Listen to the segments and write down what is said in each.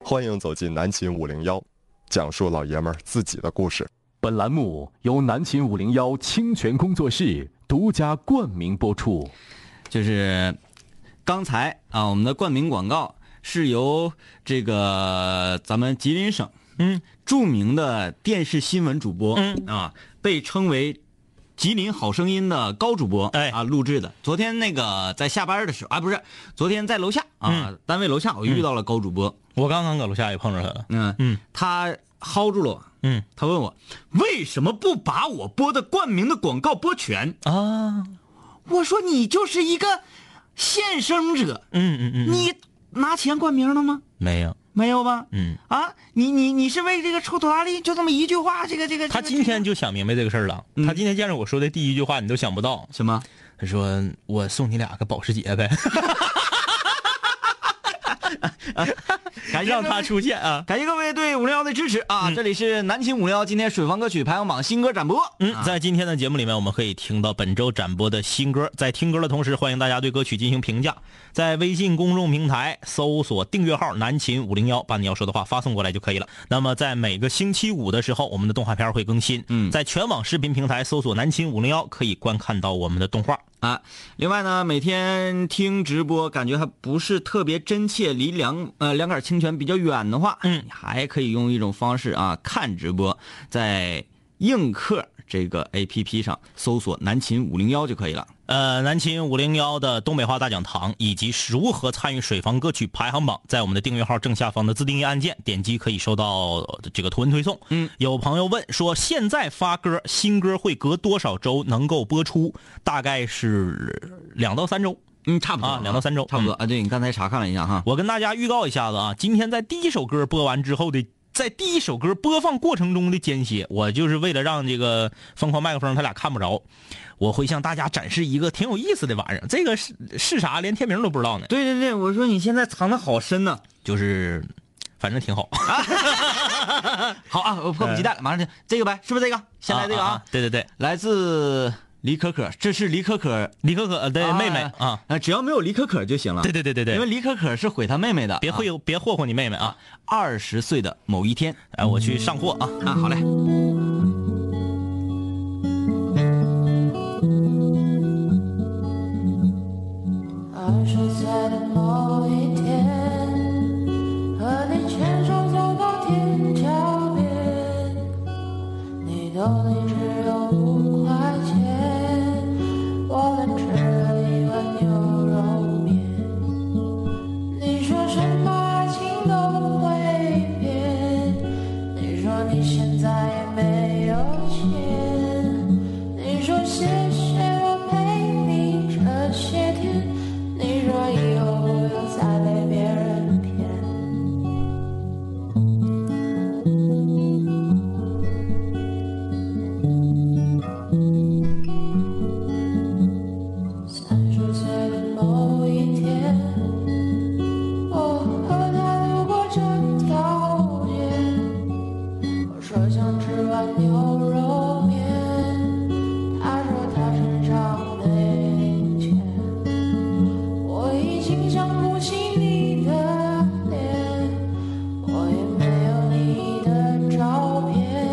欢迎走进南秦五零幺，讲述老爷们儿自己的故事。本栏目由南秦五零幺清泉工作室独家冠名播出。就是刚才啊，我们的冠名广告是由这个咱们吉林省嗯著名的电视新闻主播、嗯啊，被称为。吉林好声音的高主播，哎啊，录制的。昨天那个在下班的时候啊，不是，昨天在楼下啊，嗯单位楼下我遇到了高主播，我刚刚搁楼下也碰着他了。嗯嗯，他薅住了我，嗯他问我为什么不把我播的冠名的广告播全？啊，我说你就是一个现生者，嗯嗯嗯，你拿钱冠名了吗？没有，没有吧？嗯，啊，你你你是为这个臭拖拉机就这么一句话，这个这个，他这个今天就想明白这个事儿了。嗯他今天见着我说的第一句话，你都想不到。什么？他说：“我送你俩个保时捷 呗，啊 感谢让各他位出现啊。感谢各位对五零幺的支持啊！这里是南秦五零幺今天水房歌曲排行榜新歌展播。”嗯，在今天的节目里面，我们可以听到本周展播的新歌。在听歌的同时，欢迎大家对歌曲进行评价。在微信公众平台搜索订阅号“南秦五零幺”，把你要说的话发送过来就可以了。那么，在每个星期五的时候，我们的动画片会更新。嗯在全网视频平台搜索“南秦五零幺”，可以观看到我们的动画。啊，另外呢，每天听直播感觉还不是特别真切，离两呃两杆清泉比较远的话，嗯，还可以用一种方式啊看直播，在映客这个 A P P 上搜索南秦五零幺就可以了。呃，南秦五零幺的东北话大讲堂以及如何参与水房歌曲排行榜，在我们的订阅号正下方的自定义按键点击可以收到呃这个图文推送。嗯，有朋友问说，现在发歌新歌会隔多少周能够播出？大概是两到三周。嗯，差不多啊两到三周差不多、啊。对你刚才查看了一下哈，我跟大家预告一下子啊，今天在第一首歌播完之后的，在第一首歌播放过程中的间歇，我就是为了让这个疯狂麦克风他俩看不着，我会向大家展示一个挺有意思的玩意儿。这个是是啥，连贴名都不知道呢。对对对，我说你现在藏的好深呢、就是反正挺好。好啊，我迫不及待了，马上就这个呗，是不是这个？先来这个啊，对对对，来自李可可，这是李可可李可可呃对啊妹妹啊，啊，只要没有李可可就行了。对对对对因为对，李可可是毁他妹妹的，别会别霍霍你妹妹啊！二十岁的某一天哎，我去上货啊！啊，好嘞，二十岁的某一天，和你牵手走到天桥边，你兜里只有五块钱，我们吃了一碗牛肉面。你说什么爱情都会变，你说你现在也没有钱。你说谢谢我陪你这些天，你说以后不要再被别人骗。三十岁的某一天，我和他路过这条街，我说想吃碗牛肉面。他说他身上没钱，我已经想不起你的脸，我也没有你的照片。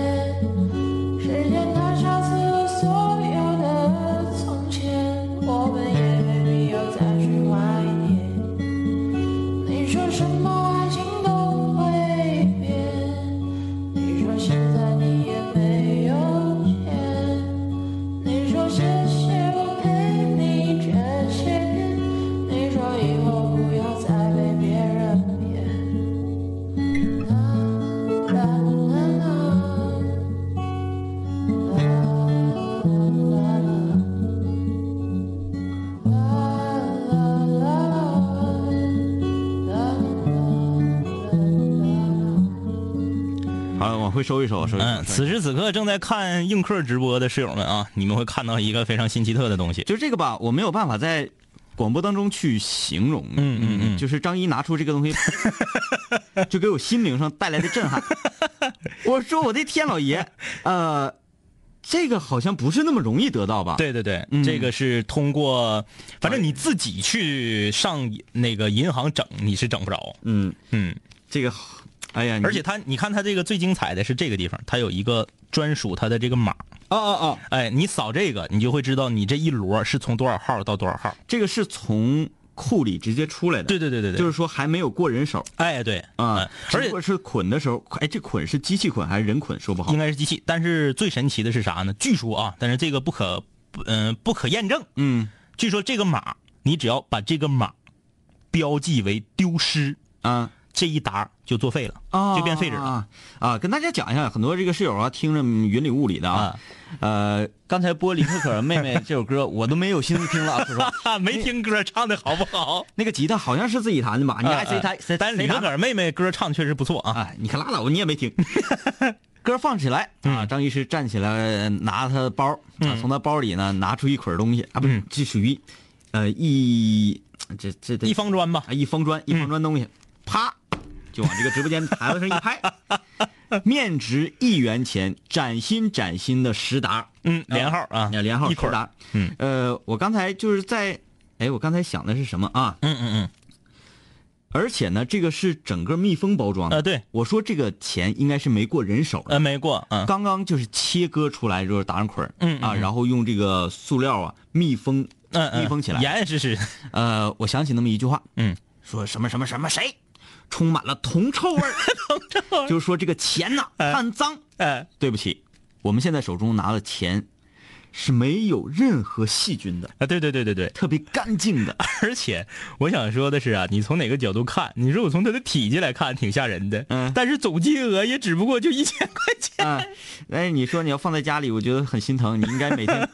时间它杀死了所有的从前，我们也没必要再去怀念。你说什么爱情都会变，你说现在你也没有钱。你说谢谢我陪你这些天，你说以后不要再被别人骗。啦啦啦啦，啦啦啦啦，啦啦啦啦，啦啦啦啦。好，往回收一收，收一收。嗯，此时此刻正在看映客直播的室友们啊，你们会看到一个非常新奇特的东西。就这个吧，我没有办法在广播当中去形容。嗯嗯嗯就是张一拿出这个东西， 就给我心灵上带来的震 撼。我说我的天老爷，呃，这个好像不是那么容易得到吧？，对对对，嗯这个是通过，反正你自己去上那个银行整，你是整不着。嗯，嗯，这个好哎呀，你而且它，你看它这个最精彩的是这个地方，它有一个专属它的这个码，啊啊啊，哎，你扫这个，你就会知道你这一摞是从多少号到多少号。这个是从库里直接出来的，对对对对对，就是是说还没有过人手哎对啊嗯，而只且不过是捆的时候，哎，这捆是机器捆还是人捆说不好应。该是机器。但是最神奇的是啥呢？据说啊，但是这个不可嗯、不可验证。嗯据说这个码，你只要把这个码标记为丢失，啊。这一沓就作废了，啊，就变废纸了。啊啊！跟大家讲一下，很多这个室友啊，听着云里雾里的啊，呃，刚才播林可可妹妹这首歌，我都没有心思听 了。可说哈，啊没听歌唱的好不好？啊那个吉他好像是自己弹的 吧？你啊爱谁弹谁但是谁李可弹？可妹妹歌唱得确实不错啊。啊，你可拉倒吧，你也 没听。歌放起来嗯啊，张医师站起来拿他的包啊，从他包里呢拿出一捆东西啊，不嗯是，这属于呃一这这得一方砖吧啊，，一方砖一方嗯砖东西，啪就往这个直播间台子上一拍，面值一元钱，崭新崭新的实达。嗯，连号啊，啊，连号一直捆儿，达。嗯，呃，我刚才就是在，哎，我刚才想的是什么啊？嗯嗯而且呢，这个是整个密封包装嗯，的。呃对，我说这个钱应该是没过人手的，呃没过，嗯刚刚就是切割出来就是打上捆儿，嗯嗯啊，然后用这个塑料啊密封，嗯嗯，密封起来。严严 实实，呃，我想起那么一句话，嗯，说什么什么什么谁，充满了铜臭 味儿，就是说这个钱呐、看脏。哎，对不起，我们现在手中拿的钱是没有任何细菌的，啊对对对对对， 特别干净的。而且我想说的是啊，你从哪个角度看？你说我从它的体积来看挺吓人的，嗯但是总金额也只不过就一千块钱，啊，但是你说你要放在家里，我觉得很心疼。你应该每 天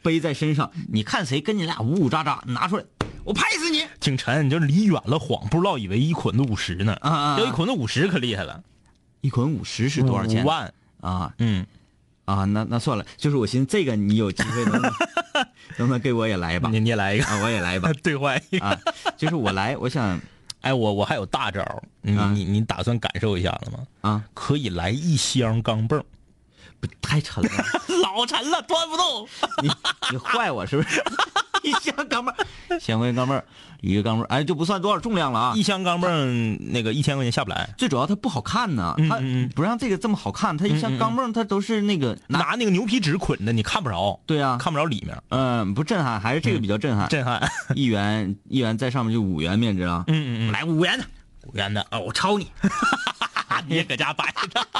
背在身上，你看谁跟你俩呜呜喳喳，拿出来，我拍死你！挺沉，你就是离远了晃，不知道以为一捆子五十呢，啊啊啊要一捆子五十可厉害了，一捆五十是多少钱？五万，啊嗯，啊，那那算了，就是我寻思这个你有机会能不 能能不能给我也来一把你你也来一个，啊，我也来一把 兑换一 个。啊，就是我来，我想哎，我我还有大招儿，你啊你你打算感受一下子吗？啊，可以来一箱钢镚儿，不太沉了， 老沉了，端不动。你你坏我是不 是？一箱钢镚儿，先回钢镚儿，一个钢镚儿，哎，就不算多少重量了啊一。箱钢镚儿那个一千块钱下不来，最主要它不好看呢，嗯它嗯嗯嗯不让这个这么好看，它一箱钢镚儿它都是那个拿 拿那个牛皮纸捆的，你看不着，对啊，看不着里面，嗯，不震撼，还是这个比较震撼。震撼。一元一元在上面就五元面值啊，嗯嗯嗯，来五元的，五元的啊，我抄你。啊， 你也搁家摆着。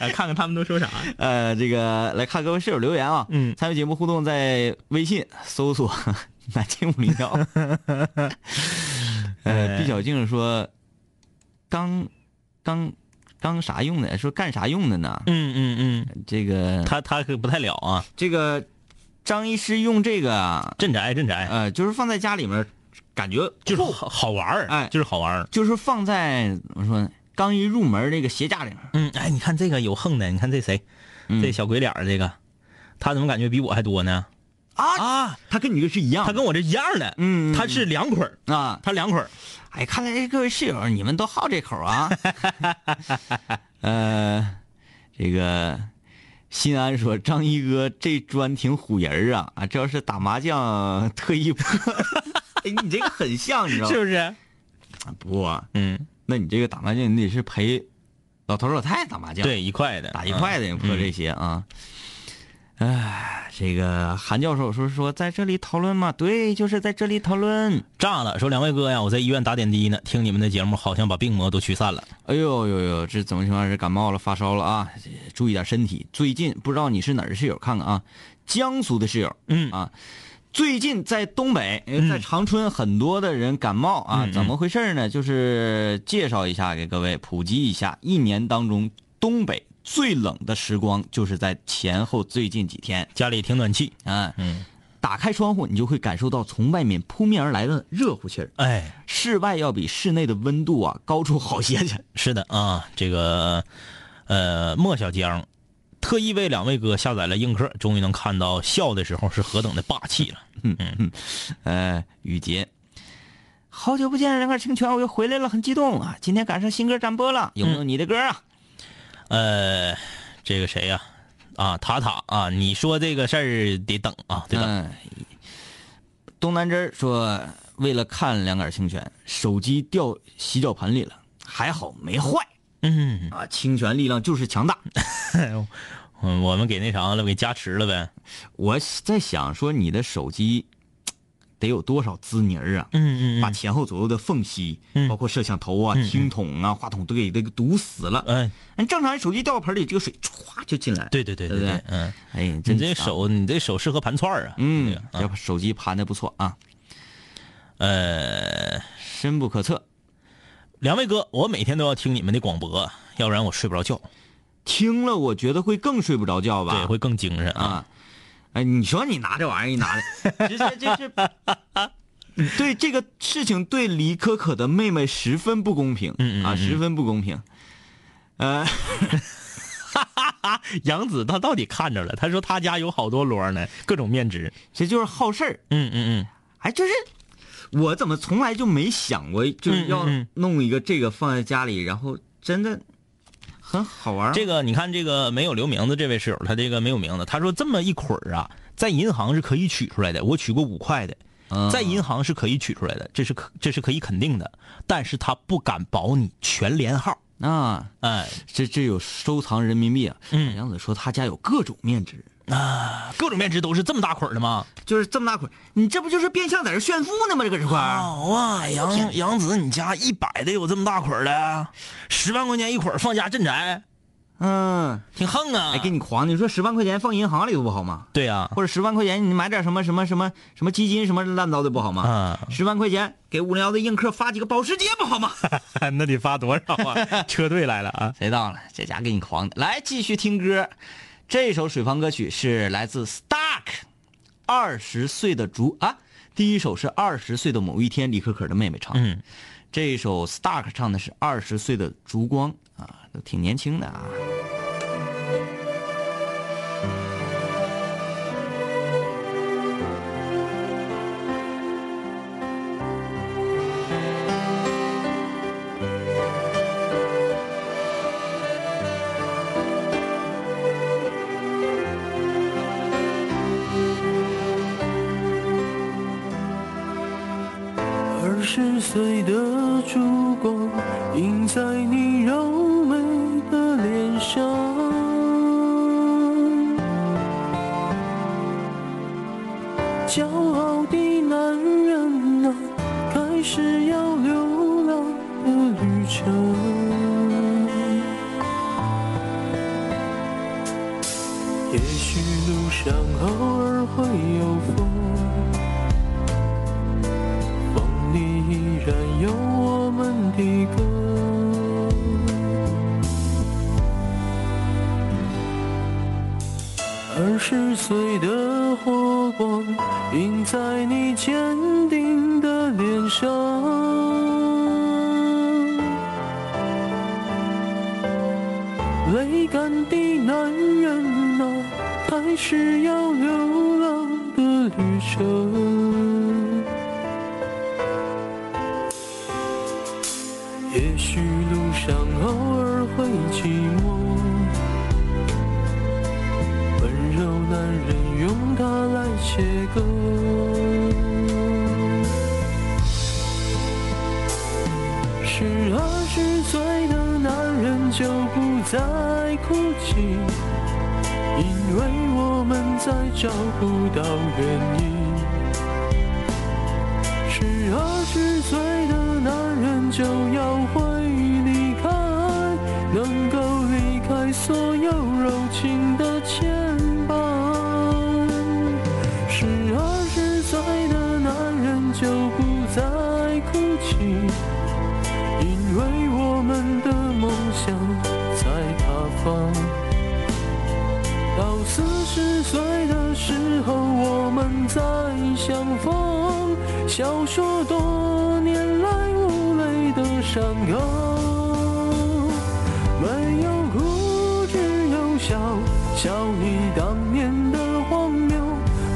哎，看看他们都说啥。呃，这个来看各位室友留言啊，嗯参与节目互动在微信搜索 南京五 零幺。呃，毕小静说，刚刚刚啥用的？说干啥用的呢？嗯嗯嗯，这个他他可不太了啊，这个张医师用这个啊，镇宅镇宅，呃，就是放在家里面，感觉就是好好玩儿，哎就是好玩儿。就是放在怎么说呢？刚一入门那个鞋架里面，嗯，哎，你看这个有横的，你看这谁，嗯这小鬼脸儿这个，他怎么感觉比我还多呢？啊啊，他跟你这是一样他的，跟我这一样的，嗯嗯他是两捆儿，啊，他两捆儿。哎，看来各位室友你们都好这口啊。 呃，这个新安说张一哥这砖挺唬人儿啊啊，这要是打麻将特意破， 哎，你这个很像，你知道吗？不是？不啊，嗯，那你这个打麻将你得是陪老头儿老太太打麻将，对，一块的，嗯打一块的也破这些啊。哎，这个韩教授说说在这里讨论嘛，对，就是在这里讨论。炸了，说两位哥呀，我在医院打点滴呢，听你们的节目，好像把病魔都驱散了。哎呦呦呦，这怎么情况？是感冒了、发烧了啊？注意点身体。最近不知道你是哪儿的室友，看看啊，江苏的室友，嗯啊，最近在东北，呃在长春，很多的人感冒啊，嗯怎么回事呢？就是介绍一下给各位普及一下，一年当中东北最冷的时光就是在前后最近几天家里停暖气，啊，嗯，打开窗户，你就会感受到从外面扑面而来的热乎气儿。哎，室外要比室内的温度啊高出好些去。是的啊，这个，呃，莫小江特意为两位哥下载了映客，终于能看到笑的时候是何等的霸气了。呃，雨杰，好久不见，人个清泉，我又回来了，很激动啊！今天赶上新歌展播了，有没有你的歌啊？呃，这个谁呀、啊？塔塔啊，你说这个事儿得等啊，得等。嗯，东南枝儿说，为了看两杆清泉，手机掉洗脚盆里了。还好没坏嗯，啊，清泉力量就是强大。嗯我们给那啥了，给加持了呗。我在想说，你的手机得有多少滋泥儿啊？嗯把前后左右的缝隙，包括摄像头啊、听筒啊、话筒都给这个堵死了。嗯，人正常人手机掉盆里，这个水歘就进来。对对对对对不对，嗯，哎呀，你真这强，手，你这手适合盘串儿啊。嗯这个，要不手机盘的不错啊，呃，深不可测。两位哥，我每天都要听你们的广播，要不然我睡不着觉，听了我觉得会更睡不着觉对，吧？会更精神啊。啊，哎，你说你拿这玩意儿一 拿的，这是这是，对这个事情对李可可的妹妹十分不公平，嗯嗯嗯啊，十分不公平。呃，杨子他到底看着了，他说他家有好多摞呢，各种面值。这就是好事儿，嗯嗯哎，就是我怎么从来就没想过，就是要嗯嗯嗯弄一个这个放在家里，然后真的很好玩儿。嗯，这个你看，这个没有留名字这位室友，他这个没有名字，他说这么一捆儿啊，在银行是可以取出来的，我取过五块的，嗯在银行是可以取出来的，这是可这是可以肯定的，但是他不敢保你全连号。啊，哎，这这有收藏人民币啊。嗯杨子说他家有各种面值，啊各种面值都是这么大捆儿的吗？就是这么大捆儿，你这不就是变相在这炫富呢吗？这个这块儿。好啊，杨杨子，你家一百的有这么大捆儿的，十万块钱一捆儿放家镇宅，嗯，挺横啊！哎，给你狂，你说十万块钱放银行里头不好吗？对啊呀、或者十万块钱你买点什么什么什么什么基金什么乱糟的不好吗？啊，十万块钱给五零幺的映客发几个保时捷不好吗？ 那得发多少 啊？车队来了啊！谁到了？这家给你狂的，来继续听歌。这首水房歌曲是来自 Stark，《二十岁的竹》啊。第一首是《二十岁的某一天》，李可可的妹妹唱的。嗯，这首 Stark 唱的是《二十岁的烛光》啊，都挺年轻的啊。二十岁的烛光映在你柔美的脸上，骄傲的男人啊，开始要流浪的旅程。也许路上偶尔会有风。梦里依然有我们的歌。二十岁的火光映在你坚定的脸上，泪干的男人啊，还是要流浪的旅程。也许路上偶尔会寂寞，温柔男人用它来切割。是二十岁的男人就不再哭泣，因为我们再找不到原因。是二十岁的男人就要会离开，能够离开所有柔情的牵绊。是二十岁的男人就不再哭泣，因为我们的梦想在他方。到四十岁的时候，我们再相逢，笑说多年来无泪的伤口。没有哭，只有笑，笑你当年的荒谬。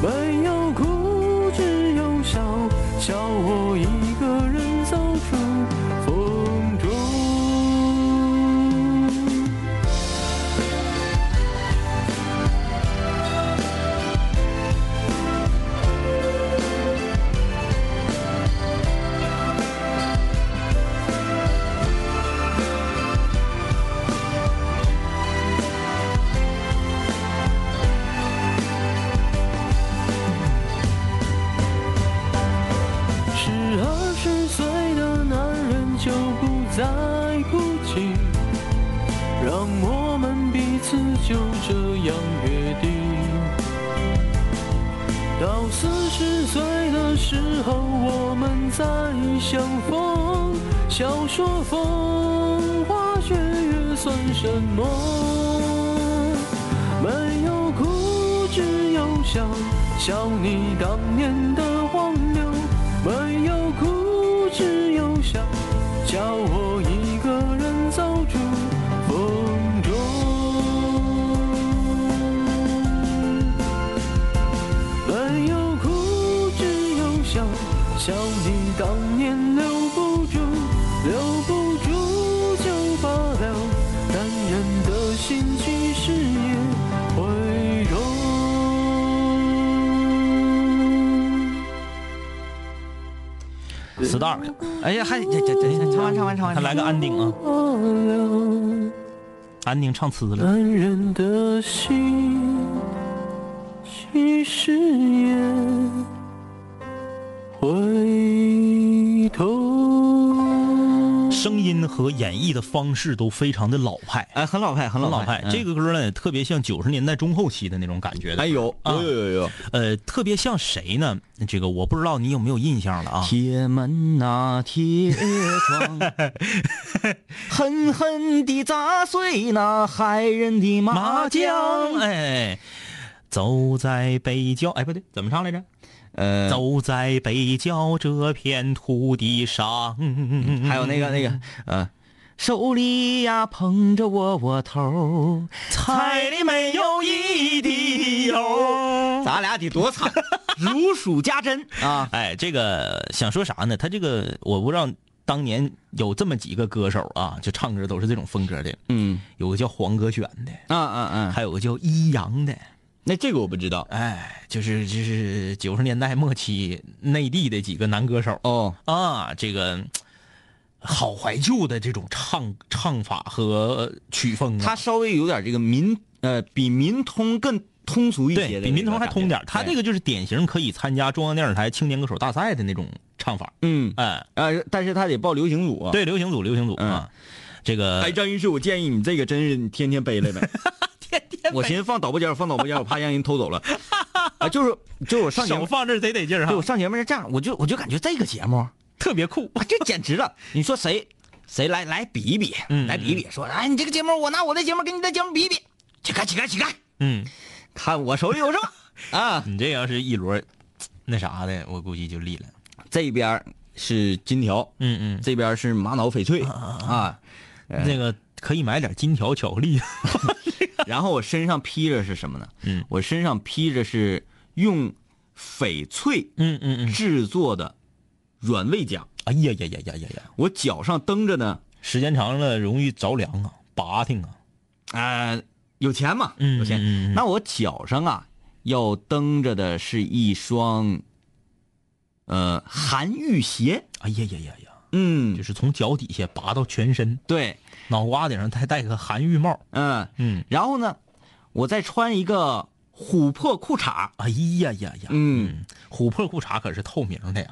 没有哭，只有笑，笑我一个人走出风中。就这样约定。到四十岁的时候，我们再相逢，笑说风花雪月算什么？没有哭，只有笑，笑你当年的荒谬。没有哭，只有笑，叫我一个人走出风中。没有哭，只有笑，笑你当年留不住，留不住就罢了，男人的心其实也会痛。 Star，哎呀，还这这这，唱完唱完唱完，还来个安定啊，罢了，安定唱呲了。男人的心其实也会痛。声音和演绎的方式都非常的老派，哎，很老派，很很老老派。这个，个歌呢，特别像九十年代中后期的那种感觉的。哎有啊有有有，呃，特别像谁呢？这个我不知道你有没有印象了啊？铁门呐、铁 窗，狠狠地砸碎那害人的麻将。哎哎，走在北郊，哎不对，怎么唱来着？呃，走在北郊这片土地上，嗯还有那个那个呃，手里呀捧着窝窝头，菜里没有一滴油。咱俩得多 惨，如数家珍啊！哎，这个想说啥呢？他这个我不知道，当年有这么几个歌手啊，就唱歌都是这种风格的。嗯，有个叫黄格选的，啊啊啊！还有个叫一阳的。那这个我不知道哎，就是就是九十年代末期内地的几个男歌手哦。啊，这个好怀旧的这种唱唱法和曲风啊，他稍微有点这个民呃，比民通更通俗一些对的比民童还通点儿，他这个个就是典型可以参加中央电视台青年歌手大赛的那种唱法。嗯哎，呃，但是他得报流行组啊。对，流行组，流行组啊，这个哎，张云士，我建议你这个真是你天天背来 呗。天天，我寻思放导播间，放导播间，我怕让人偷 走了。啊，就是就是我上节手目，放这儿贼得劲儿对我哈，上节目是这样，我就我就感觉这个节 目，特别酷。哇，这简直了！你说谁谁来来比一比，嗯来比一比，说哎，你这个节目，我拿我的节目跟你的节目比一比，起开起开起开，嗯，看我手里有什 么啊？你这要是一轮儿那啥的，我估计就立了。这边儿是金条，嗯这边儿是玛瑙翡翠啊，嗯，那个可以买点金条巧克力。然后我身上披着是什么呢？嗯 我身上披着是用翡翠嗯嗯嗯，制作的软胃甲，哎呀呀呀呀呀呀！我脚上蹬着呢，时间长了容易着凉啊，拔挺啊。呃，有钱嘛，嗯有钱。嗯嗯嗯那我脚上啊，要蹬着的是一双，呃，韩愈鞋。哎呀呀呀呀！嗯就，是从脚底下拔到全身，对，脑瓜顶上还戴个韩浴帽。嗯、嗯，然后呢，我再穿一个琥珀裤衩。哎呀呀呀！嗯，琥珀裤衩可是透明的呀。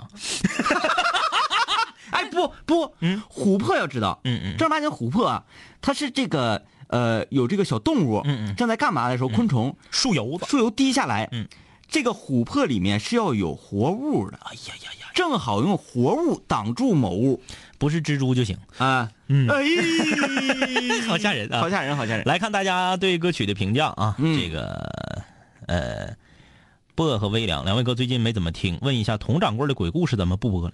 哎，不不，嗯琥珀要知道，嗯嗯正儿八经琥珀啊，它是这个呃有这个小动物，嗯嗯正在干嘛的时候，昆虫树油子。树油滴下来，嗯，这个琥珀里面是要有活物的，哎呀呀呀，正好用活物挡住某物不是蜘蛛就行，啊，嗯哎，好吓人啊！好吓人，好吓 人，来看大家对歌曲的评价啊，嗯这个呃，薄和微凉两位哥最近没怎么听，问一下佟掌柜的鬼故事怎么不播了？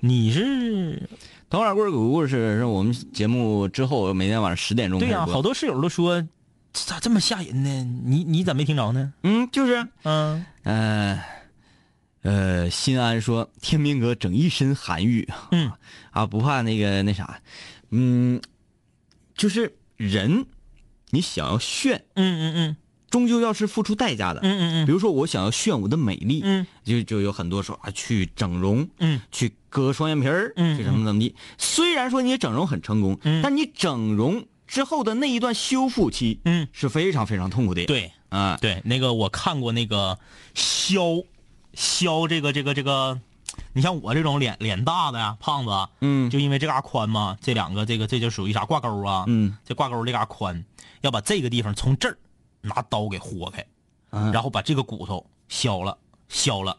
你是童话棍鬼故事是我们节目之后每天晚上十点钟对呀、呀、好多室友都说这咋这么吓人呢？你你咋没听着呢？嗯，就是嗯，呃呃，新安说天明哥整一身寒玉，嗯啊，不怕那个那啥，嗯，就是人，你想要炫，嗯嗯终究要是付出代价的，嗯嗯比如说我想要炫我的美丽，嗯就就有很多说啊去整容，嗯，去割双眼皮儿，嗯去怎么怎么地。虽然说你整容很成功，嗯但你整容之后的那一段修复期，嗯，是非常非常痛苦的。对啊，对，那个我看过那个肖肖这个这个这个你像我这种脸脸大的呀，胖子，啊嗯就因为这嘎宽嘛，这两个这个这就属于啥挂钩啊？嗯，这挂钩这嘎宽，要把这个地方从这儿拿刀给豁开，嗯然后把这个骨头削了削了，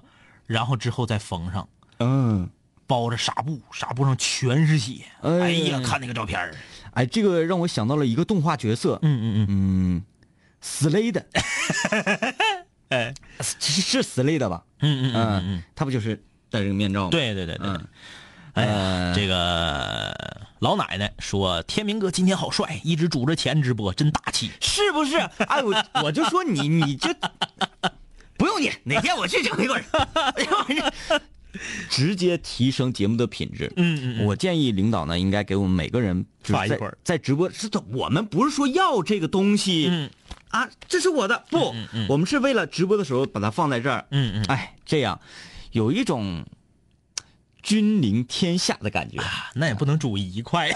然后之后再缝上，嗯，包着纱布，纱布上全是血。哎哎呀，看那个照片儿哎，这个让我想到了一个动画角色，嗯嗯嗯，嗯，Slade，哎，是是 Slade 吧？啊嗯嗯嗯嗯嗯，他不就是戴这个面罩吗？，对对对对。嗯哎呀，呃这个老奶奶说：“天明哥今天好帅，一直拄着钱直播，真大气。是不是？哎，我我就说你，你这不用你，哪天我去整 一个人，哎呀我这直接提升节目的品质。嗯我建议领导呢，应该给我们每个人就是发一在块儿在直播是的，我们不是说要这个东西，嗯啊，这是我的，不，我们是为了直播的时候把它放在这儿，嗯嗯哎，这样有一种君临天下的感觉。啊，那也不能拄一块，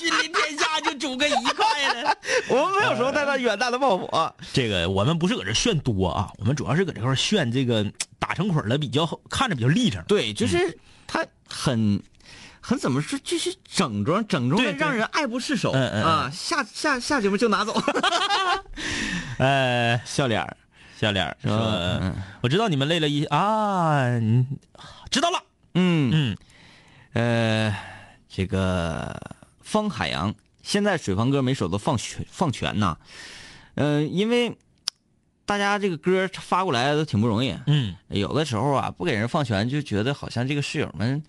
君临天下就拄个一块的。 我们没有什么太大远大的抱负啊，这个我们不是搁这炫多啊，我们主要是搁这块炫这个打成捆儿了，比较好看着比较立正。对，就是他很。很怎么说，就是整装整装的对对让人爱不释手嗯嗯嗯啊！下下下节目就拿走 呃，笑脸儿小脸儿说吧嗯：“我知道你们累了一啊，你知道了。嗯嗯呃，这个方海洋，现在水房歌每首都放全放全呐，嗯、因为大家这个歌发过来都挺不容易，嗯有的时候啊不给人放全，就觉得好像这个室友们，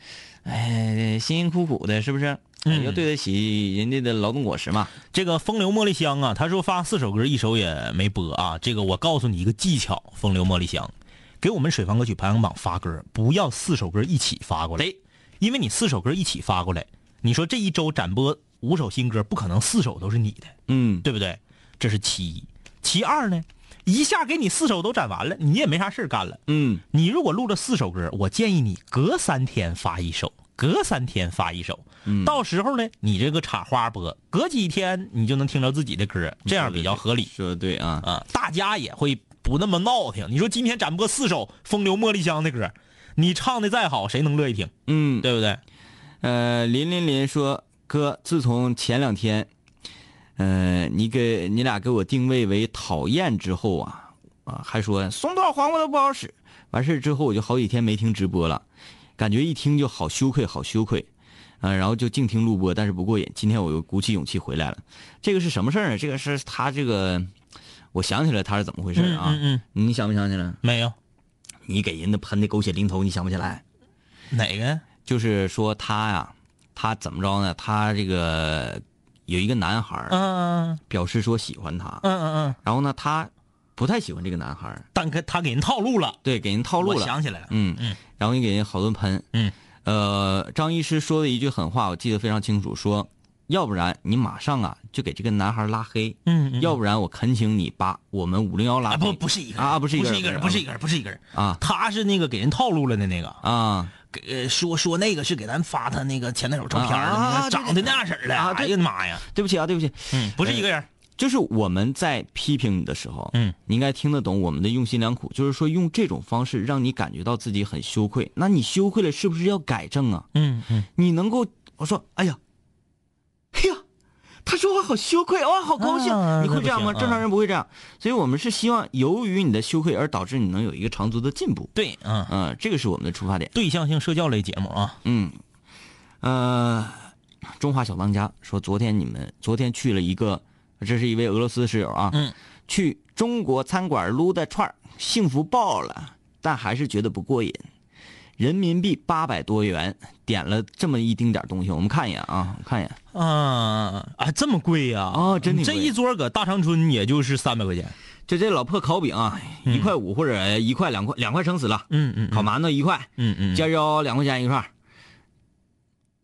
哎，辛辛苦苦的，是不是？嗯要对得起人家的劳动果实嘛。这个风流茉莉香啊，他说发四首歌，一首也没播啊。这个我告诉你一个技巧，风流茉莉香，给我们水房歌曲排行榜发歌，不要四首歌一起发过来，因为你四首歌一起发过来，你说这一周展播五首新歌，不可能四首都是你的，嗯，对不对？这是其一，其二呢，一下给你四首都展完了，你也没啥事儿干了。嗯，你如果录了四首歌，我建议你隔三天发一首，隔三天发一首。到时候呢，你这个插花播，隔几天你就能听着自己的歌，这样比较合理说的对啊，啊、大家也会不那么闹挺。你说今天展播四首《风流茉莉香》的歌，你唱的再好，谁能乐意听？嗯，对不对？呃，林林林说，哥，自从前两天，呃，你给你俩给我定位为讨厌之后啊，啊，还说送多少黄瓜都不好使。完事儿之后，我就好几天没听直播了，感觉一听就好羞愧，好羞愧。啊、然后就净听录播，但是不过瘾。今天我又鼓起勇气回来了。这个是什么事儿呢？这个是他这个，我想起来他是怎么回事嗯啊？嗯嗯，你想不想起来？没有你给人家喷的狗血淋头，你想不起来？哪个？就是说他呀，他怎么着呢？他这个有一个男孩儿嗯表示说喜欢他嗯，嗯嗯，然后呢，他不太喜欢这个男孩儿，但给他给人套路了，对，给人套路我了，想起来了，嗯嗯，然后你给人好顿喷，嗯，呃，张医师说的一句狠话，我记得非常清楚，说要不然你马上啊就给这个男孩拉黑，嗯嗯要不然我恳请你把我们五零幺拉啊黑，不不是一个人啊不是一个不人是一个人，不是一个人，不是一个人，啊他是那个给人套路了的那个。啊，给呃说说那个是给咱发他那个前男友照片儿的，啊那啊个长得那样式儿的，啊哎对呀妈呀，对不起啊，对不起，嗯，不是一个人，就是我们在批评你的时候，嗯，你应该听得懂我们的用心良苦，就是说用这种方式让你感觉到自己很羞愧。那你羞愧了，是不是要改正啊？嗯嗯你能够，我说，哎呀，哎呀，他说话好羞愧，哇，好高兴，啊你会这样那吗？不行啊正常人不会这样，所以我们是希望由于你的羞愧而导致你能有一个长足的进步，对，嗯，嗯、这个是我们的出发点，对象性社交类节目啊，嗯，呃，中华小当家说，昨天你们昨天去了一个，这是一位俄罗斯室友啊，嗯，去中国餐馆撸的串儿，幸福爆了，但还是觉得不过瘾。人民币八百多元，点了这么一丁点儿东西，我们看一眼啊，我看一眼，啊啊，这么贵呀？哦真挺这贵一桌搁大长春也就是三百块钱，就这老破烤饼啊，一块五或者一块两块，两块撑死了，嗯嗯，烤馒头一块，嗯嗯，尖椒两块钱一串儿，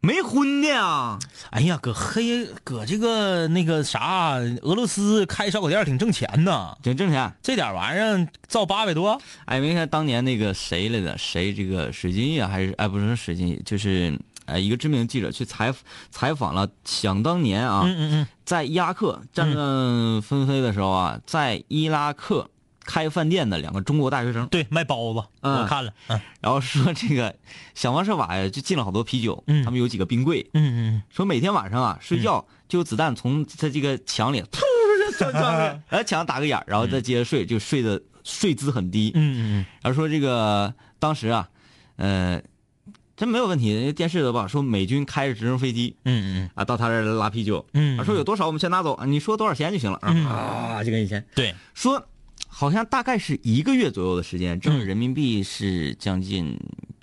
没荤的啊，哎呀，搁黑搁这个那个啥俄罗斯开烧烤店儿挺挣钱的，挺挣钱。这点玩意儿造八百多，哎，没看当年那个谁来的？谁这个水晶叶还是哎，不是水晶叶，就是呃一个知名记者去采访采访了。想当年啊，嗯嗯嗯，在伊拉克战乱纷飞的时候啊，在伊拉克开饭店的两个中国大学生，对，卖包子，嗯我看了，嗯然后说这个小王舍瓦呀就进了好多啤酒，嗯他们有几个冰柜，嗯嗯，说每天晚上啊睡觉就有子弹从他这个墙里突钻钻出 来，然后墙打个眼儿，然后再接着睡，就睡的睡姿很低。嗯嗯然后说这个当时啊，呃，真没有问题，电视的吧说美军开着直升飞机嗯嗯啊到他这儿来拉啤酒，嗯啊说有多少我们先拿走，啊你说多少钱就行了啊嗯啊，就跟以前嗯，对，说。好像大概是一个月左右的时间，挣人民币是将近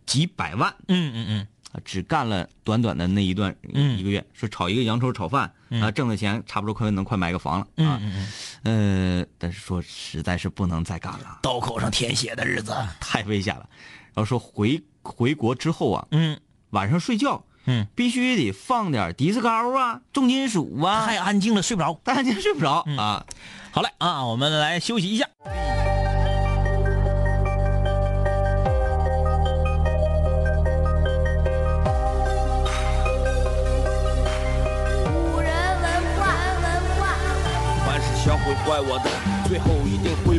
几百万，嗯嗯嗯啊，只干了短短的那一段、嗯一个月，说炒一个洋葱炒饭、啊，挣的钱差不多快能快买个房了嗯啊。嗯嗯，呃，但是说实在是不能再干了，刀口上舔血的日子，太危险了。然后说回回国之后啊，嗯，晚上睡觉，嗯，必须得放点迪斯高啊、重金属啊，太嗯安静了，睡不着。大家今天睡不着、啊。好嘞啊，我们来休息一下。古人文化，文化。凡是想毁坏我的，最后一定会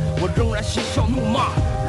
我仍然嬉笑怒骂，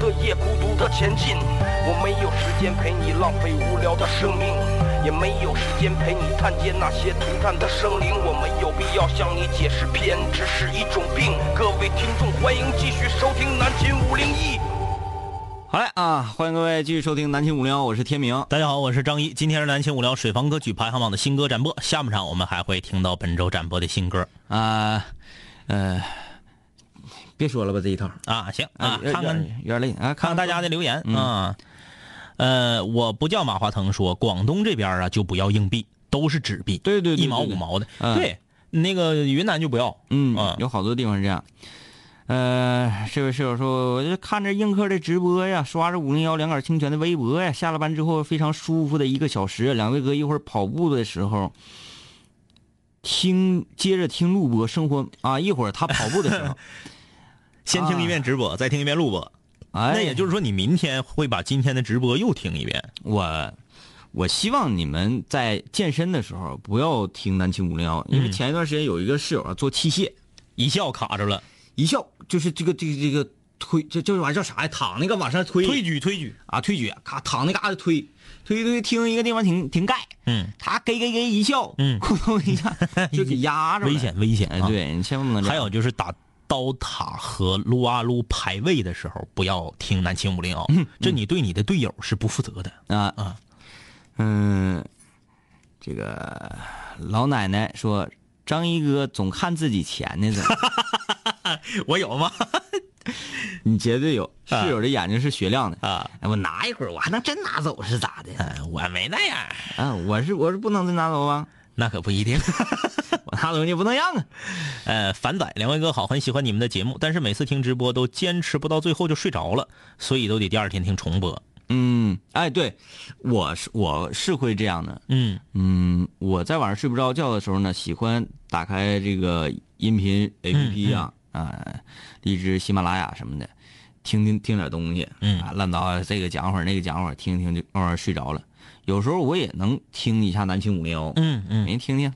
的夜，孤独的前进。我没有时间陪你浪费无聊的生命，也没有时间陪你探监那些涂炭的生灵。我没有必要向你解释偏执是一种病。各位听众，欢迎继续收听南秦五零一。好嘞啊，欢迎各位继续收听南秦五零幺，我是天明。大家好，我是张一，今天是南青无聊水房歌曲排行榜的新歌展播，下半场我们还会听到本周展播的新歌啊，呃，别说了吧这一套啊。行啊，有看有看点有点累啊，看看大家的留言啊。呃，我不叫马化腾说，广东这边啊就不要硬币，都是纸币，对对对一毛对五对毛的，嗯对，那个云南就不要，嗯啊，有好多地方是这样。呃，这位室友说，我就看着映客的直播呀，刷着五零幺两杆清泉的微博呀，下了班之后非常舒服的一个小时。两位哥一会儿跑步的时候听，接着听录播，生活啊，一会儿他跑步的 时候，先听一遍直播，再听一遍录播。啊哎，那也就是说，你明天会把今天的直播又听一遍。我，我希望你们在健身的时候不要听南青五零幺，因嗯为前一段时间有一个室友啊做器械，一笑卡着了，一笑就是这个这个这个推这这玩意儿叫啥呀？躺那个往上推，举推举，啊，推举，咔躺那嘎达推，推推听一个地方停停盖，嗯，他给给给一笑，嗯咕咚一下就给压着了， 危险危险哎，啊！，对你千万不能这还样。有就是打刀塔和撸啊撸排位的时候，不要听南青五零幺，这你对你的队友是不负责的。啊啊嗯，这个老奶奶说张一哥总看自己钱呢，怎 么？ 我有吗？你绝对有室友的眼睛是雪亮的啊！哎，我拿一会儿，我还能真拿走是咋的？哎我没那样，啊，我是我是不能真拿走啊，那可不一定。 我拿走你也不能让啊。呃，凡仔，两位哥好，很喜欢你们的节目，但是每次听直播都坚持不到最后就睡着了，所以都得第二天听重播。嗯，哎，对，我是我是会这样的，嗯嗯，我在晚上睡不着觉的时候呢，喜欢打开这个音频 APP 啊，啊、荔枝、喜马拉雅什么的，听听听点东西，嗯啊，乱叨这个讲会儿那个讲会儿，听听就慢慢睡着了。有时候我也能听一下南青五零幺，嗯嗯人听听，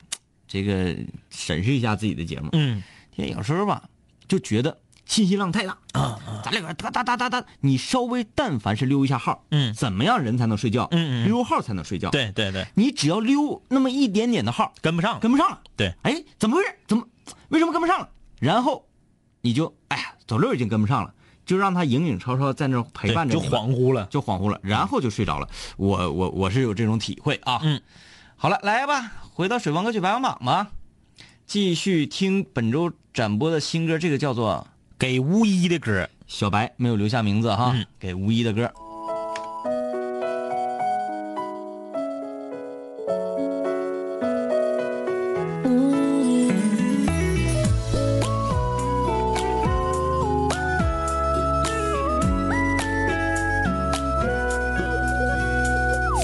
这个审视一下自己的节目。嗯，听有时候吧，就觉得信息量太大啊，咱俩搁这哒哒哒哒哒，你稍微但凡是溜一下号，嗯怎么样人才能睡觉？嗯嗯嗯溜号才能睡觉。。对对对，你只要溜那么一点点的号，跟不上，跟不上了。对，哎，怎么回事？怎么为什么跟不上了？然后你就哎呀，走六已经跟不上了，就让他影影绰绰在那儿陪伴着就你们恍惚了。就恍惚了，然后就睡着了。我我我是有这种体会啊。嗯，好了，来吧，回到水房歌曲排行榜吧，继续听本周展播的新歌，这个叫做给巫医的歌， 《小白》，没有留下名字哈，嗯给吴一的歌。嗯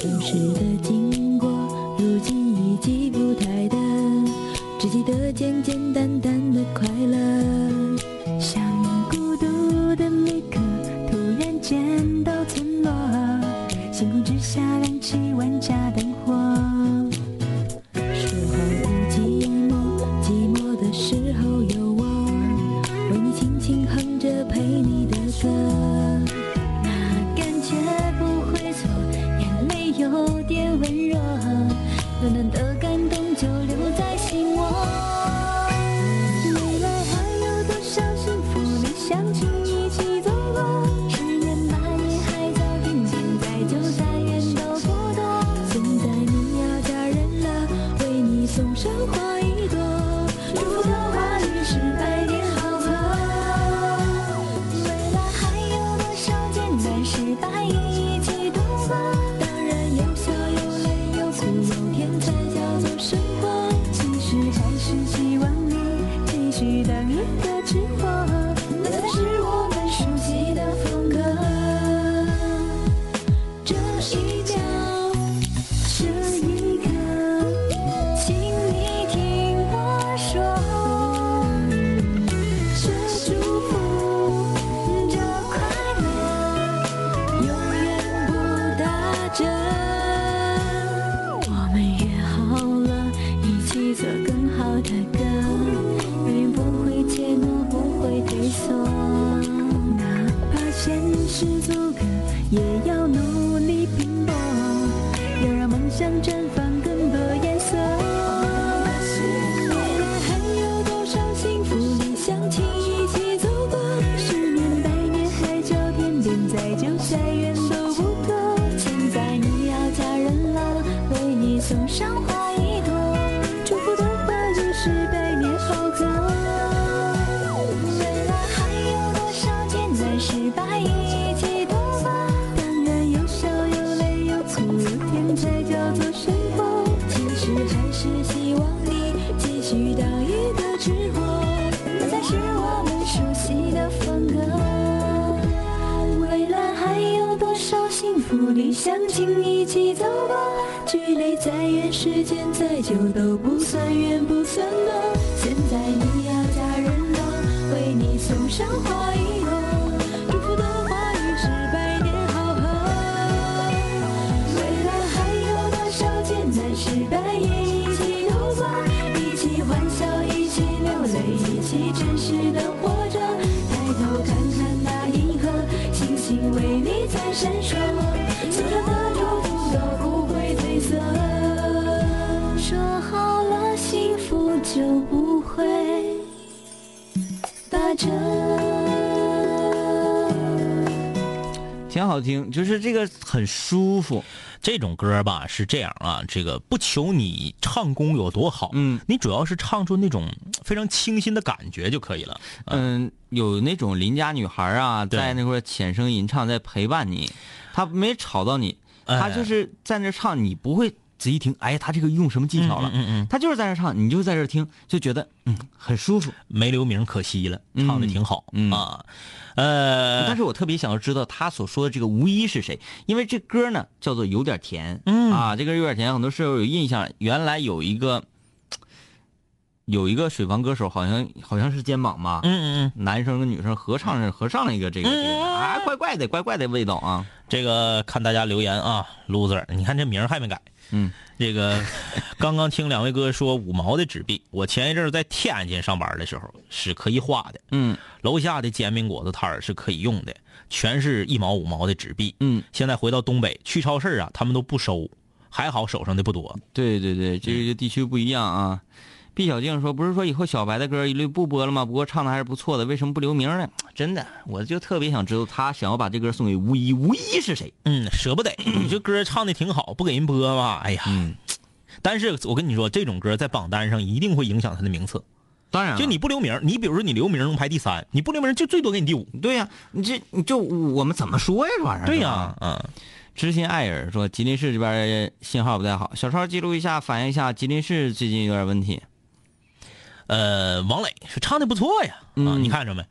旧时的经过，如今已记不太得，只记得简简单单的快乐。像孤独的旅客，突然间到村落，星空之下亮起万家灯火。说好不寂寞，寂寞的时候有我，为你轻轻哼着陪你的歌。那感觉不会错，眼泪有点温热，暖暖的感动就留在心窝。未来还有多少幸福理想，请一起走过。十年八年还早点，现在就但愿都不多。现在你要嫁人了，为你送上花一朵，祝桃花运是百年好合。未来还有多少艰难失败也一起度过？当然有笑有泪有哭有甜才叫做生活。其实还是希望你继续当一个吃货，那才是我们熟悉的风格。这一秒，这一刻，请你听我说。这祝福，这快乐，永远不打折。我们约好了，一起做更好的歌，永远不会怯懦，不会退缩。哪怕现实阻隔，也要努力拼搏，要让梦想绽放更多颜色。未来还有多少幸福理想，请一起走过。十年百年海角天边，再久再远都不够。现在你要嫁人了，为你送上花一朵，祝福的话语是百年好合。未来还有多少艰难失败，一起度过。当然有笑有泪有哭有甜，才叫做生活。其实还是希望你继续当一个吃货，那才是我们熟悉的风格。未来还有多少幸福理想，请一起走吧。距离再远，时间再久都不算远，不算短。现在你要嫁人了，为你送上花一朵，祝福的话语是百年好合。未来还有多少艰难失败也一起度过，一起欢笑，一起流泪，一起真实的活着。抬头看看那银河，星星为你在闪烁，所有的祝福都不会褪色。说好了，幸福就不会打折。挺好听，就是这个很舒服。这种歌吧是这样啊，这个不求你唱功有多好，嗯，你主要是唱出那种非常清新的感觉就可以了。嗯，有那种邻家女孩啊，对在那块儿浅声吟唱，在陪伴你，她没吵到你，哎她就是在那唱，你不会仔细听，哎，她这个用什么技巧了？嗯嗯嗯嗯她就是在那唱，你就在这听，就觉得嗯很舒服。没留名可惜了，唱的挺好、嗯嗯啊，呃，但是我特别想要知道他所说的这个无一是谁，因为这歌呢叫做有点甜，嗯啊，这歌有点甜，很多室友有印象，原来有一个有一个水房歌手，好像好像是肩膀吧，嗯嗯男生跟女生合唱合唱了一个这个，这个啊，怪怪的，怪怪的味道啊，嗯，这个看大家留言啊，loser，你看这名儿还没改，嗯，这个刚刚听两位哥说五毛的纸币，我前一阵儿在天安县上班的时候是可以画的，嗯楼下的煎饼果子摊儿是可以用的，全是一毛五毛的纸币。嗯，现在回到东北去超市啊，他们都不收，还好手上的不多。对对对，这个地区不一样啊。毕小静说：“不是说以后小白的歌一律不播了吗？不过唱的还是不错的，为什么不留名呢？真的，我就特别想知道他想要把这歌送给吴一，吴一是谁？嗯，舍不 得，你这歌唱的挺好，不给人播吧？哎呀，嗯但是我跟你说，这种歌在榜单上一定会影响他的名次。当然了，就你不留名，你比如说你留名能排第三，你不留名就最多给你第五。对呀、你这你就我们怎么说呀？这玩意儿对是呀、吧嗯，知心爱人说吉林市这边儿信号不太好，小超记录一下，反映一下吉林市最近有点问题。呃，王磊说唱的不错呀，啊，你看着没？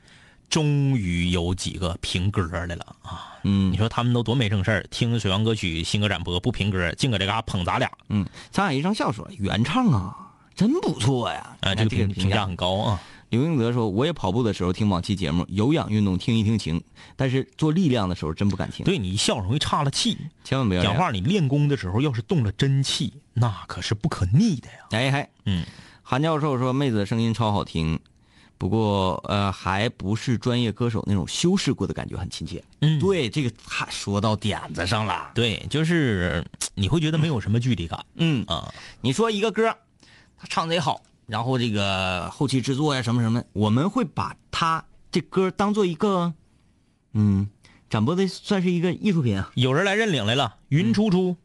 终于有几个评歌的了啊！嗯你说他们都多没正事儿，听水王歌曲新歌展播不评歌，净搁这嘎捧咱俩，嗯，沧海一声笑说原唱啊，真不错呀。啊、你这看个评哎评评价很高啊。刘英泽说：“我也跑步的时候听往期节目，有氧运动听一听情，但是做力量的时候真不敢听。，对你一笑容易岔了气，千万不要这讲样。话你练功的时候要是动了真气，那可是不可逆的呀。哎嗨，嗯，韩教授说妹子的声音超好听，不过呃还不是专业歌手那种修饰过的感觉，很亲切。嗯对，这个太说到点子上了。对，就是你会觉得没有什么距离感嗯，啊。你说一个歌，他唱贼好，然后这个后期制作呀什么什么，我们会把他这歌当做一个，嗯，展播的算是一个艺术品啊。有人来认领来了，嗯云初初，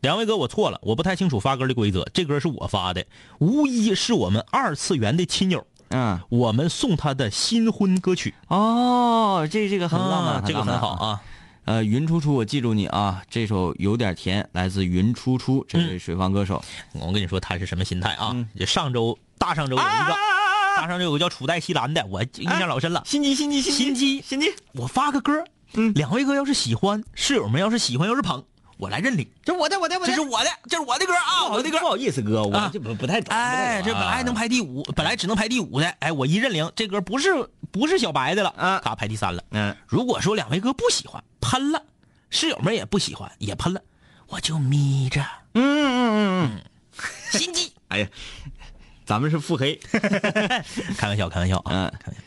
两位哥，我错了，我不太清楚发歌的规则，这歌是我发的，无一是我们二次元的亲友，嗯，我们送他的新婚歌曲，哦，这这个很浪漫，啊这个浪漫很好。啊。呃，云初初，我记住你啊，这首有点甜，来自云初初这位水房歌手。我跟你说他是什么心态啊？嗯上周大上周有一啊个，大上周有个叫楚代西兰的，我印象老深了。哎心机，心机，心机，心机，嗯我发个歌，两位哥要是喜欢，室友们要是喜欢，要是捧，我来认领。这我的，我的，哦我的，这是我的，这是我的歌啊，我的歌。不好意思，哥，啊我这不不太懂。哎，这本来能排第五，本来只能排第五的，哎，我一认领，这歌不是不是小白的了，啊嘎排第三了。嗯，如果说两位哥不喜欢，喷了，室友们也不喜欢，也喷了，我就眯着，嗯嗯嗯嗯，心机。哎呀，咱们是腹黑。开玩笑，开玩笑啊，嗯开玩笑。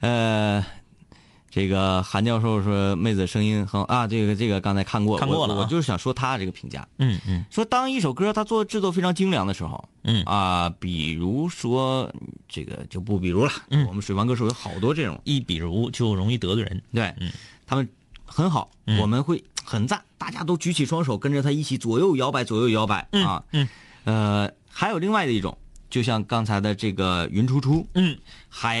呃，这个韩教授说妹子声音很啊，这个这个刚才看过，看过了我，我啊就是想说他这个评价，嗯嗯说当一首歌它做制作非常精良的时候，嗯啊，比如说这个就不比如了，嗯我们水房歌手有好多这种，一比如就容易得罪人。对，他们很好，嗯我们会很赞，大家都举起双手跟着他一起左右摇摆，左右摇摆、啊。嗯，呃，还有另外的一种，就像刚才的这个云初初，嗯，还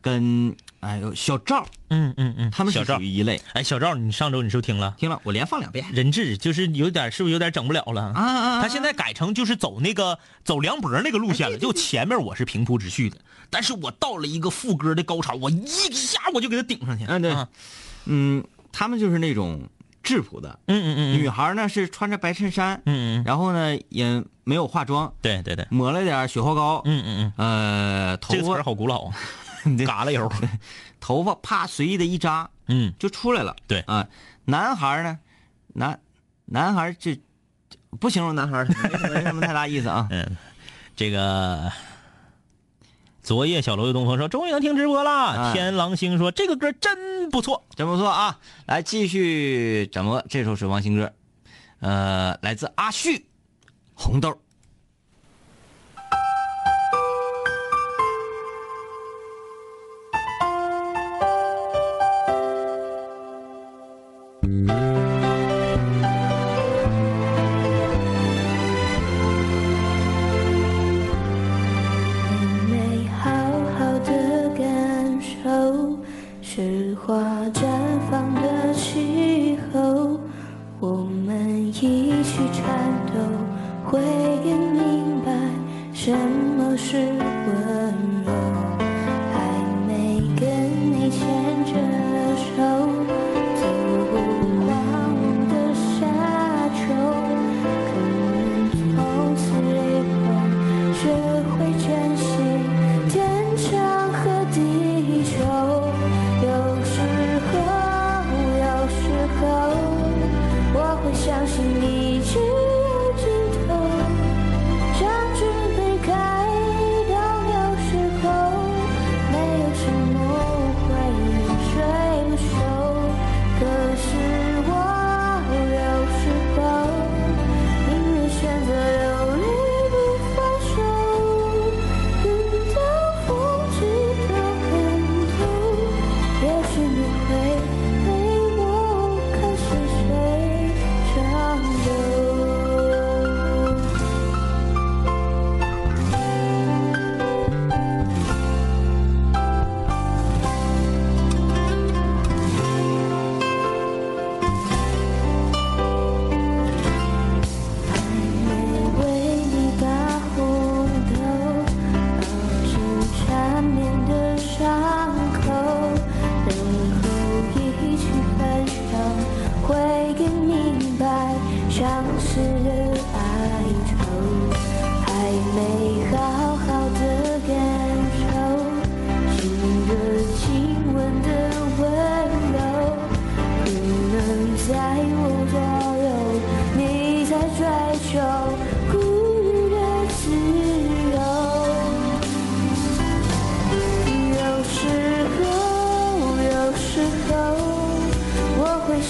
跟哎呦小赵，嗯嗯嗯，他们小是赵属于，一类。哎，小赵，你上周你是不是听了？听了，我连放两遍。人质就是有点，是不是有点整不了了？啊啊啊哎他现在改成就是走那个走梁博那个路线了，就前面我是平铺直叙的，但是我到了一个副歌的高潮，我一下我就给他顶上去。啊嗯，对，嗯，他们就是那种质朴的。嗯嗯嗯女孩呢是穿着白衬衫，嗯嗯嗯，然后呢也没有化妆，对对对，抹了点雪花膏，嗯嗯嗯，呃，头这个词发儿好 古老啊，嘎啦油。头发啪随意的一扎，嗯，就出来了。对啊、男孩呢，男男孩这不形容男孩儿，没什么没什么太大意思 啊。这个昨夜小楼有东风说终于能听直播啦。哎天狼星说这个歌真不错。真不错啊！来继续展播这首水王新歌，呃，来自阿旭，《红豆》。没好好的感受是花绽放的时候，我们一起颤抖，会更明白什么是温柔。还没跟你牵着手，走过荒芜的沙丘，可能从此以后。学会珍惜天长和地久。有时候，有时候，我会相信一直有尽头，像是被开导。有时候，没有什么会永垂不朽。可是我有时候。宁愿选择流离不放手，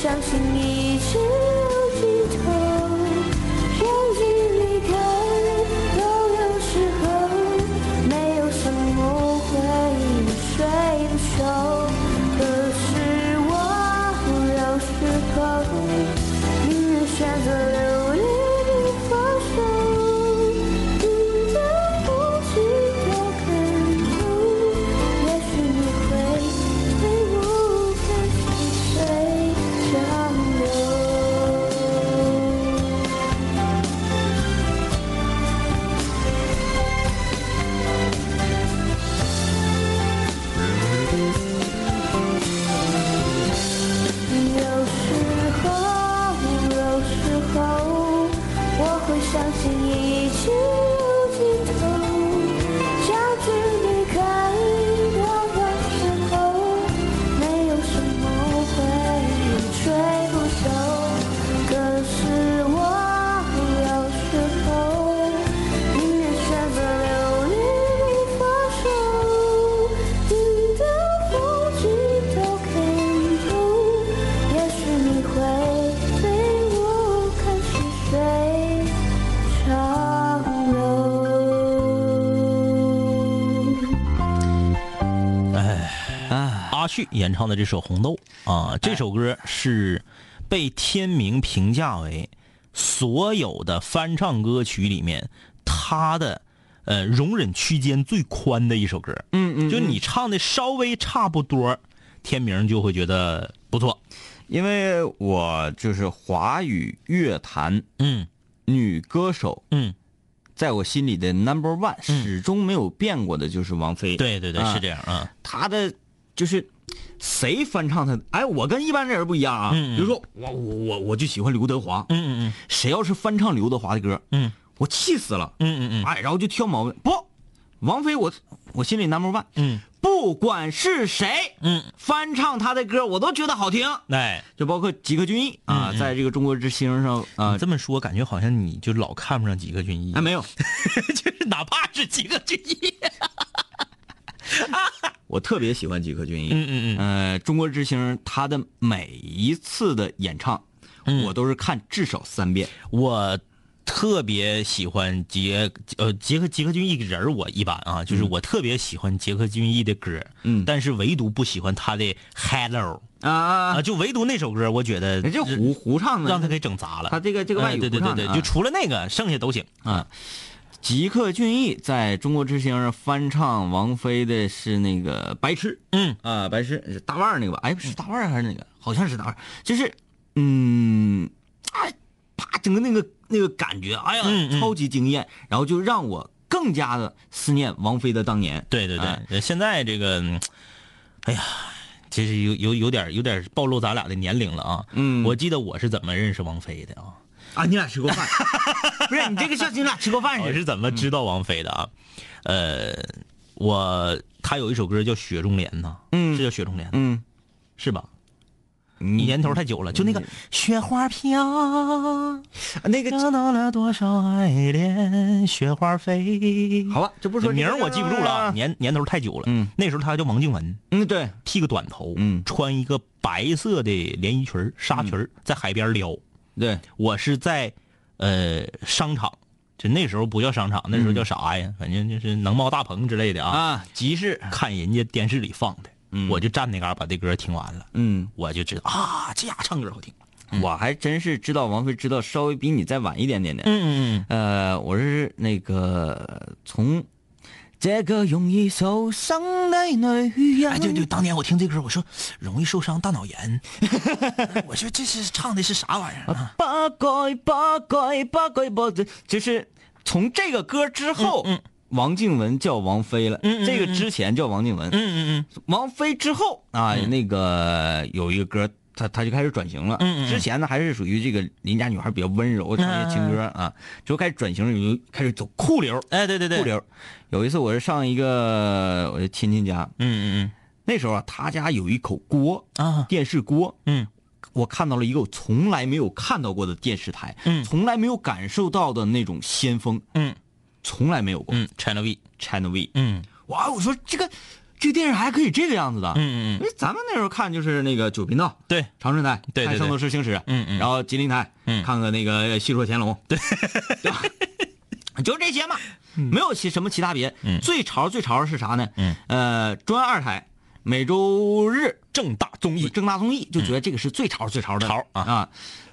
相信一直有尽头，人与离开都有时候，没有什么会永垂不朽。可是我有时候宁愿选择留恋与放手，听着不去的感动，也许你会对我感心碎长流。有时候，有时候，我会相信一直有尽头。相聚离开的那时候，没有什么会永垂不朽。可是我有时候宁愿选择留恋与放手，听到不知道感动。也许你会对我看细水长流。阿旭演唱的这首《红豆》啊，这首歌是被天明评价为所有的翻唱歌曲里面，他的呃容忍区间最宽的一首歌。嗯嗯，就你唱的稍微差不多，天明就会觉得不错。因为我就是华语乐坛嗯女歌手，嗯，在我心里的 number one，始终没有变过的就是王菲。嗯对对对，啊是这样啊。他的就是谁翻唱他？哎，我跟一般人不一样啊。嗯嗯比如说我我我我就喜欢刘德华，嗯嗯谁要是翻唱刘德华的歌，嗯我气死了。嗯嗯嗯哎，然后就挑毛病。不，王菲我我心里 number one，嗯不管是谁，嗯，翻唱他的歌我都觉得好听。嗯，哎，就包括吉克隽逸啊，嗯在这个中国之星上啊你，这么说感觉好像你就老看不上吉克隽逸哎。没有， 就是哪怕是吉克隽逸，我特别喜欢吉克隽逸。嗯呃，中国之星他的每一次的演唱，嗯我都是看至少三遍。我特别喜欢杰呃杰克杰克隽逸人儿我一般啊，就是我特别喜欢杰克隽逸的歌，嗯但是唯独不喜欢他的 Hello 啊啊，，就唯独那首歌，我觉得人家胡胡唱的，呃让他给整砸了。他这个这个外哎语对对胡对唱的对，啊就除了那个，剩下都行。啊。吉克隽逸在中国之星上翻唱王菲的是那个《白痴》，嗯啊，《白痴》是大腕儿那个吧？哎，是大腕儿还是那个？好像是大腕儿，就是嗯，哎，啪，整个那个那个感觉，哎呀，嗯嗯超级惊艳，然后就让我更加的思念王菲的当年。对对哎对，现在这个，嗯哎呀，其实有有有点有点暴露咱俩的年龄了啊。嗯我记得我是怎么认识王菲的啊。啊，你俩吃过饭？ 哦不是你这个像你俩吃过饭似我的。哦是怎么知道王菲的啊？呃，我她有一首歌叫《雪中莲》呐，嗯是叫《雪中莲》嗯，是吧？你年头太久了，就那嗯个雪花飘，啊那个得到了多少爱恋，雪花飞。好吧，这不说这名儿个我记不住了 啊，了年年头太久了。嗯，那时候她叫王静雯，嗯，对，剃个短头，嗯穿一个白色的连衣裙儿、纱裙儿，在海边撩。对，我是在呃商场，就那时候不叫商场，那时候嗯叫啥呀？反正就是能贸大棚之类的啊。啊，集市，看人家电视里放的，嗯我就站那嘎儿把这歌听完了，嗯，我就知道啊，这家唱歌好听。我还真是知道王菲，知道稍微比你再晚一点点的。嗯呃，我是那个从这个容易受伤的女人，哎，对对，当年我听这歌，我说容易受伤大脑炎， 我说这是唱的是啥玩意儿啊？不该不该不该不该，就是从这个歌之后，王静雯叫王菲了，嗯嗯嗯这个之前叫王静雯，嗯嗯嗯王菲之后啊，那个有一个歌，她她就开始转型了。嗯嗯嗯嗯之前呢还是属于这个邻家女孩比较温柔，唱一些情歌啊，之后开始转型，有开始走酷流，哎，对对对，酷流。有一次我是上一个我的亲戚家，嗯嗯那时候啊他家有一口锅，嗯啊，电视锅，嗯我看到了一个我从来没有看到过的电视台，嗯从来没有感受到的那种先锋，嗯从来没有过。嗯，China V， China V，嗯哇，我说这个这电视台可以这个样子的。嗯嗯因为咱们那时候看就是那个九频道，对，长春台对对看《对圣斗士星矢》，嗯嗯然后吉林台，嗯看看那个《戏说乾隆》，对， 吧就这些嘛，没有其什么其他别。嗯最潮最潮是啥呢？嗯，呃，中央二台每周日正大综艺，正大综艺，就觉得这个是最潮最潮的嗯潮啊啊。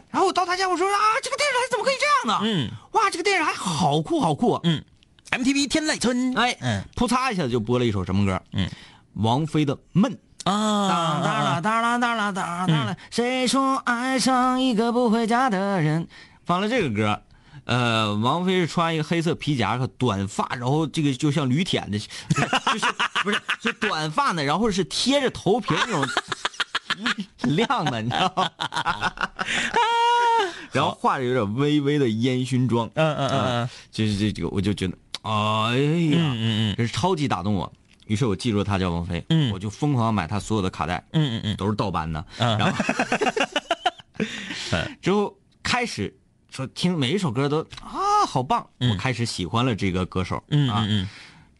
然后我到他家，我说啊，这个电视台怎么可以这样呢？嗯，哇，这个电视台好酷好酷啊！嗯，MTV 天籁村，哎，嗯，扑嚓一下就播了一首什么歌？嗯，王菲的《闷》。当当啦啊，当啦当啦当啦当啦，谁说爱上一个不回家的人？放了这个歌，呃，王菲是穿一个黑色皮夹克，短发，然后这个就像驴舔的， 不是就是不是是短发呢，然后是贴着头皮那种 亮的，你知道吗？然后化着有点微微的烟熏妆，嗯嗯嗯嗯啊，就是这这个，我就觉得，哎呀，嗯嗯嗯这是超级打动我。于是我记住她叫王菲，嗯我就疯狂买她所有的卡带，嗯嗯嗯都是盗版的。嗯然后 之后开始说听每一首歌都啊好棒，我开始喜欢了这个歌手。嗯啊嗯，嗯，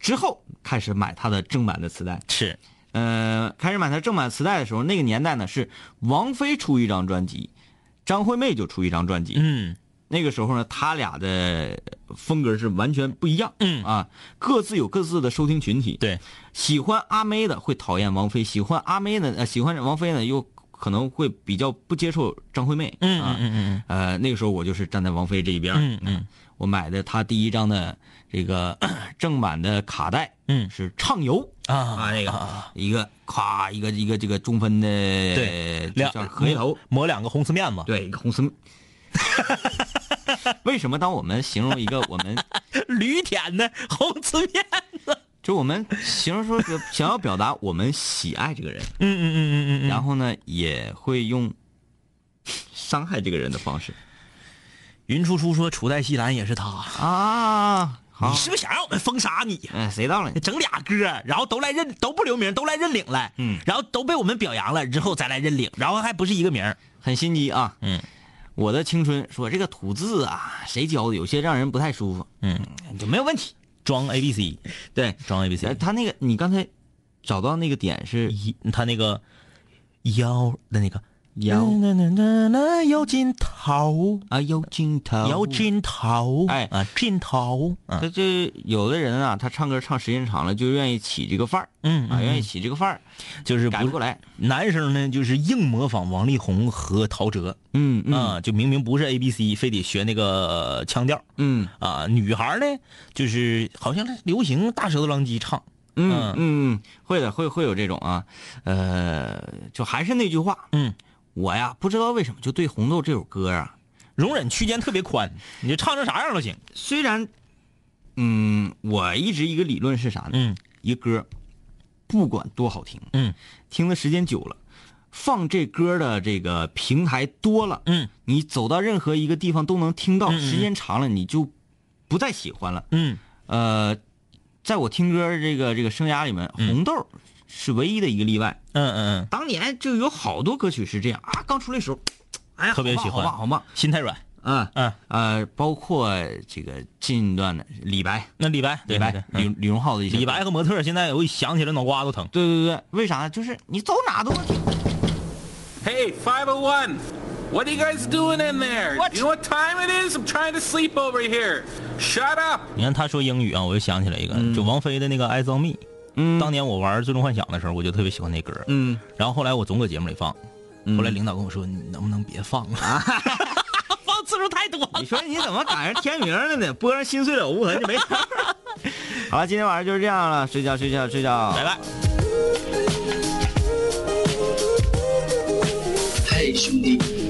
之后开始买她的正版的磁带。是，呃，开始买她正版磁带的时候，那个年代呢是王菲出一张专辑，张惠妹就出一张专辑。嗯那个时候呢，他俩的风格是完全不一样，嗯啊，各自有各自的收听群体。对，喜欢阿妹的会讨厌王菲，喜欢阿妹呢，呃，喜欢王菲呢，又可能会比较不接受张惠妹。嗯啊嗯，嗯呃，那个时候我就是站在王菲这一边。啊嗯嗯，我买的她第一张的这个 正版的卡带，嗯是《畅游》嗯啊，啊，那个一个咵一个一个这个中分的对嗯这叫荷叶头，抹两个红丝面嘛，对，一个红丝。 为什么当我们形容一个我们，驴舔的红丝面，就我们形容说是想要表达我们喜爱这个人，嗯嗯嗯嗯嗯然后呢也会用伤害这个人的方式云初初说楚代西兰也是他，啊。好你，是不是想让我们封杀你？嗯，谁到了你？整俩歌，然后都来认，都不留名，都来认领来，嗯然后都被我们表扬了之后再来认领，然后还不是一个名儿很心机啊。嗯，我的青春说这个吐字啊，谁教的？有些让人不太舒服。嗯，就没有问题。装 A B C，对，装 A B 哎 C，他那个你刚才找到那个点是一他那个腰的那个摇那那那那腰间头，啊腰镜头，腰间头，哎啊，箭头，啊他这有的人啊，他唱歌唱时间长了，就愿意起这个范儿，嗯啊，嗯愿意起这个范儿，就是改不不过来。男生呢，就是硬模仿王力宏和陶喆，嗯啊，就明明不是 A B C，非得学那个腔调嗯啊。女孩呢，就是好像流行大舌头浪叽唱，嗯嗯，会的，会会有这种啊，呃，就还是那句话，嗯，我呀不知道为什么就对《红豆》这首歌啊，容忍区间特别宽，你就唱成啥样都行。虽然，嗯，我一直一个理论是啥呢？嗯，一歌不管多好听，嗯，听的时间久了。放这歌的这个平台多了，嗯你走到任何一个地方都能听到，嗯嗯时间长了你就不再喜欢了。嗯呃，在我听歌这个这个生涯里面，红豆是唯一的一个例外。嗯嗯当年就有好多歌曲是这样啊，刚出来的时候，哎呀，特别喜欢好棒好棒嗯，心太软。好棒啊！嗯，呃，包括这个近段的李白，那李白，李对白对、李对嗯李荣浩的一些歌，李白和模特，现在我一想起来脑瓜都疼。对对对，为啥？就是你走哪都能听。 Hey, 501. What are you guys doing in there? What? You know what time it is? I'm trying to sleep over here. Shut up. 你看他说英语啊，我就想起来一个，就王菲的那个《I Saw Me》。嗯当年我玩《最终幻想》的时候，我就特别喜欢那歌。嗯，然后后来我总搁节目里放，后来领导跟我说：“你能不能别放了？放次数太多了。你说你怎么赶上天明了呢？ 播上《心碎了我无痕》就没事儿。 好了，今天晚上就是这样了，睡觉睡觉睡觉，拜拜。嘿，兄弟，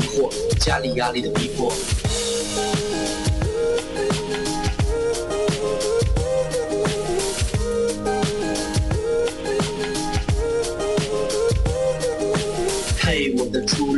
惑，家里压力的逼迫。啊嘿，我的初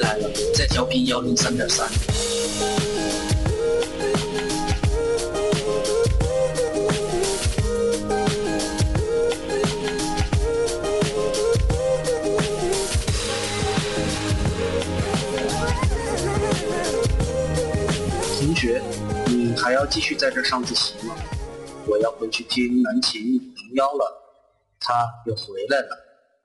来了，在调频幺零三点三。同学，你还要继续在这儿上自习吗？我要回去听南琴五零幺了，他又回来了。